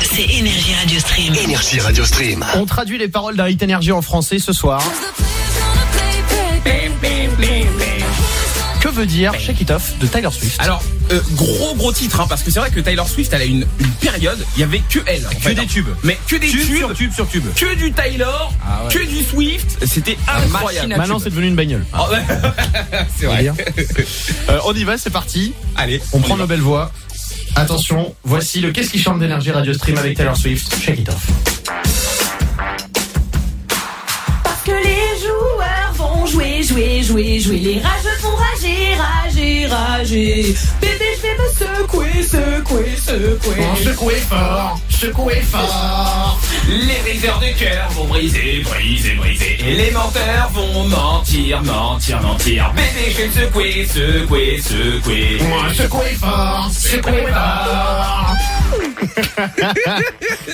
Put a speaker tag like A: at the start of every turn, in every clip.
A: C'est Énergie Radio Stream.
B: Énergie Radio Stream.
C: On traduit les paroles d'un hit énergie en français ce soir. Que veut dire Shake It Off de Tyler Swift
D: Alors, euh, gros gros titre, hein, parce que c'est vrai que Taylor Swift, elle a une, une période, il y avait que elle. en
E: Que
D: fait,
E: des
D: hein.
E: tubes.
D: Mais que des
E: Tube
D: tubes,
E: sur tube sur tube.
D: que du Taylor,
E: Ah ouais.
D: que du Swift. C'était incroyable.
C: Maintenant c'est devenu une bagnole. hein.
D: Ah ouais, c'est vrai.
C: Euh, on y va, c'est parti.
D: Allez,
C: On
D: y
C: prend
D: va.
C: nos belles voix. Attention, voici le Qu'est-ce qui chante d'énergie Radio Stream avec Taylor Swift, Shake It Off.
F: Parce que les joueurs vont jouer, jouer, jouer, jouer. Les rageux vont rager, rager, rager. Bébé, je vais me secouer, secouer, secouer.
C: secouez fort, secouez fort.
D: Les briseurs de cœur vont briser, briser, briser. Et les menteurs vont mentir, mentir, mentir. Bébé, je vais me secouer, secouer, secouer.
C: secouez fort, secouez fort.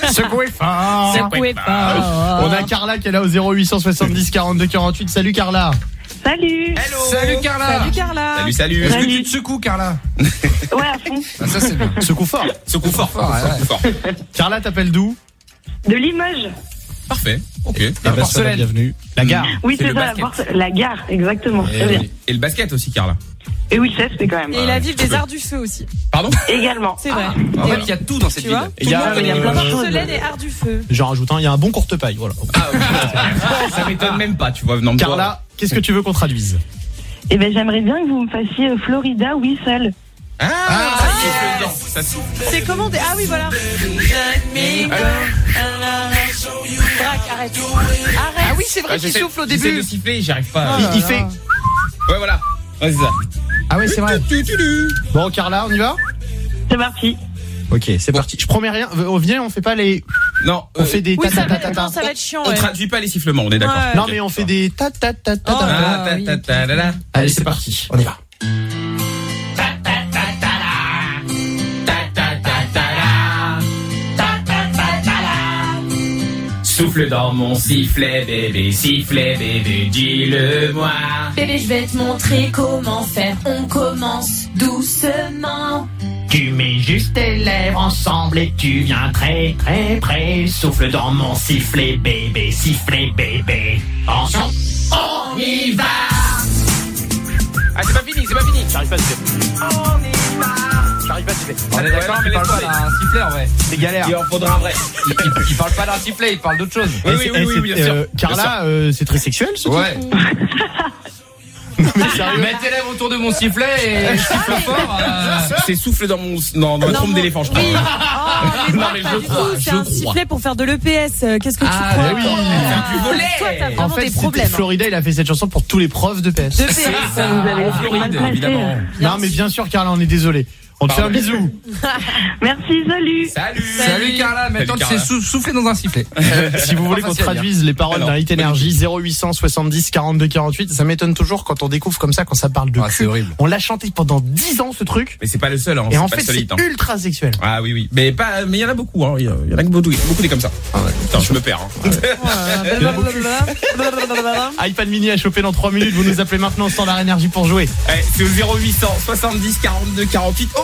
C: secouez fort.
D: Secouez
C: On a Carla qui est là au 0870 42 48. Salut Carla.
G: Salut
D: Hello.
E: Salut Carla.
G: Salut Carla
D: Salut, salut.
E: Est-ce que tu te secoues Carla
G: Ouais, à fond.
E: Ah, Ça c'est bien.
C: Secoue fort.
D: Secoue fort,
E: Fort, ouais, ouais.
D: secoue fort.
C: Carla t'appelles d'où
G: De Limoges
D: Parfait. Ok.
E: La porcelaine.
C: bienvenue. La gare.
G: Oui,
D: C'est
G: c'est
D: le
G: ça, la,
D: basket. Eh
G: porte- la gare, exactement. Très bien.
D: Et le basket aussi, Carla.
G: Et oui, c'est c'est quand même.
F: Et la ville
D: Ah, tu
F: des
D: peux.
F: arts du feu aussi,
D: Pardon
G: Également.
F: c'est vrai.
D: En fait, il y a tout dans cette
F: Tu
D: ville.
F: vois
C: Il y a,
F: Il y a
C: euh,
F: plein
G: plein de choses.
F: de et arts du feu.
C: J'en rajoute un, il y a un bon courte paille, voilà.
D: Ah, ok. ça m'étonne même pas, tu vois, venant de toi.
C: Carla, qu'est-ce que tu veux qu'on traduise
G: Et ben j'aimerais bien que vous me fassiez euh, Florida, oui, seul.
D: Ah, ça souffle dedans, ça souffle.
F: C'est comment des... Ah oui, voilà. Braque, arrête. Arrête. Ah oui, c'est
D: Ah, j'essaie- J'essaie de siffler, j'y arrive pas.
C: il, il fait.
D: Ouais, voilà. Ouais, c'est ça.
C: Ah oui, c'est vrai.
D: Tu, tu, tu.
C: Bon, Carla, on y va
G: C'est parti.
C: Ok, c'est parti. Je promets rien. Euh, Viens, on fait pas les.
D: Non,
C: On
D: euh,
C: fait des
F: Oui,
C: ta
F: ça
C: ta
F: va,
C: ta ta.
F: non, ça va être chiant.
D: on
F: ouais.
D: traduit pas les sifflements, on est d'accord.
F: Ouais.
C: Non, mais on fait des ta ta ta ta.
F: Oh.
C: ta.
D: Ah, ta, ta, ta, la, la.
C: Allez, c'est parti. On y va.
D: Souffle dans mon sifflet, bébé, sifflet, bébé, dis-le-moi.
F: Bébé, je vais te montrer comment faire. On commence doucement.
C: Tu mets juste tes lèvres ensemble et tu viens très très près. Souffle dans mon sifflet, bébé, sifflet, bébé. Attention, on y va.
D: Ah, c'est pas fini, c'est pas fini.
C: J'arrive pas à suivre. J'arrive pas à suivre.
E: On est d'accord, mais laisse-toi
D: parle
E: d'un siffleur, ouais.
C: C'est galère.
D: Il en faudra un vrai.
E: Il, il- il parle pas d'un sifflet, il parle d'autre chose.
C: Eh,
D: Oui, oui,
C: c'est-
D: oui,
C: eh,
D: oui,
C: c'est-
D: bien sûr.
C: euh, Carla, euh, c'est très sexuel ce truc.
E: Ouais. Mets tes lèvres autour de mon sifflet et je siffle fort. euh,
D: C'est souffle dans mon, dans, dans la
F: Dans
D: trompe
F: mon-
D: d'éléphant, je crois.
F: Oui. Oh, mais
D: Non,
F: non,
D: mais
F: pas
D: je
F: du
D: crois,
F: tout, c'est
D: je
F: un
D: crois.
F: sifflet pour faire de l'EPS. euh, Qu'est-ce que tu
E: Ah,
F: crois
E: mais oui,
F: toi
D: c'est un volet.
F: Toi, t'as
C: En
F: vraiment
C: fait,
F: des
C: c'était
F: problèmes. hein.
C: Florida, il a fait cette chanson pour tous les profs de PS.
F: De PS.
G: Vous allez
D: En
G: être mal
D: Floride,
G: placés.
D: évidemment.
C: Non, mais bien sûr, Carla, on est désolé. On te fait un bisou.
G: Merci, salut.
D: Salut.
E: Salut Carla,
D: Salut,
E: maintenant tu sais
D: Carla.
E: sou- souffler dans un sifflet.
C: Si vous voulez qu'on
E: facile à dire.
C: traduise les paroles
D: Alors,
C: d'un hit énergie 0870 42 48, ça m'étonne toujours quand on découvre comme ça, quand ça parle de
E: Ah, c'est
C: cul.
E: horrible.
C: On l'a chanté pendant 10 ans ce truc.
D: Mais c'est pas le seul, hein.
C: Et
D: c'est
C: en
D: pas
C: fait,
D: le seul hit,
C: c'est
D: hein.
C: ultra sexuel.
D: Ah oui, oui. Mais pas, mais il y en a beaucoup, hein. Il y en a beaucoup, beaucoup des comme ça. Putain, je me perds, hein.
C: iPad mini à choper dans 3 minutes. Vous nous appelez maintenant Standard Énergie pour jouer.
D: Ouais, Eh, c'est au 0800 70 42 48. Au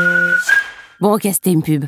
H: Bon, ok, c'était une pub.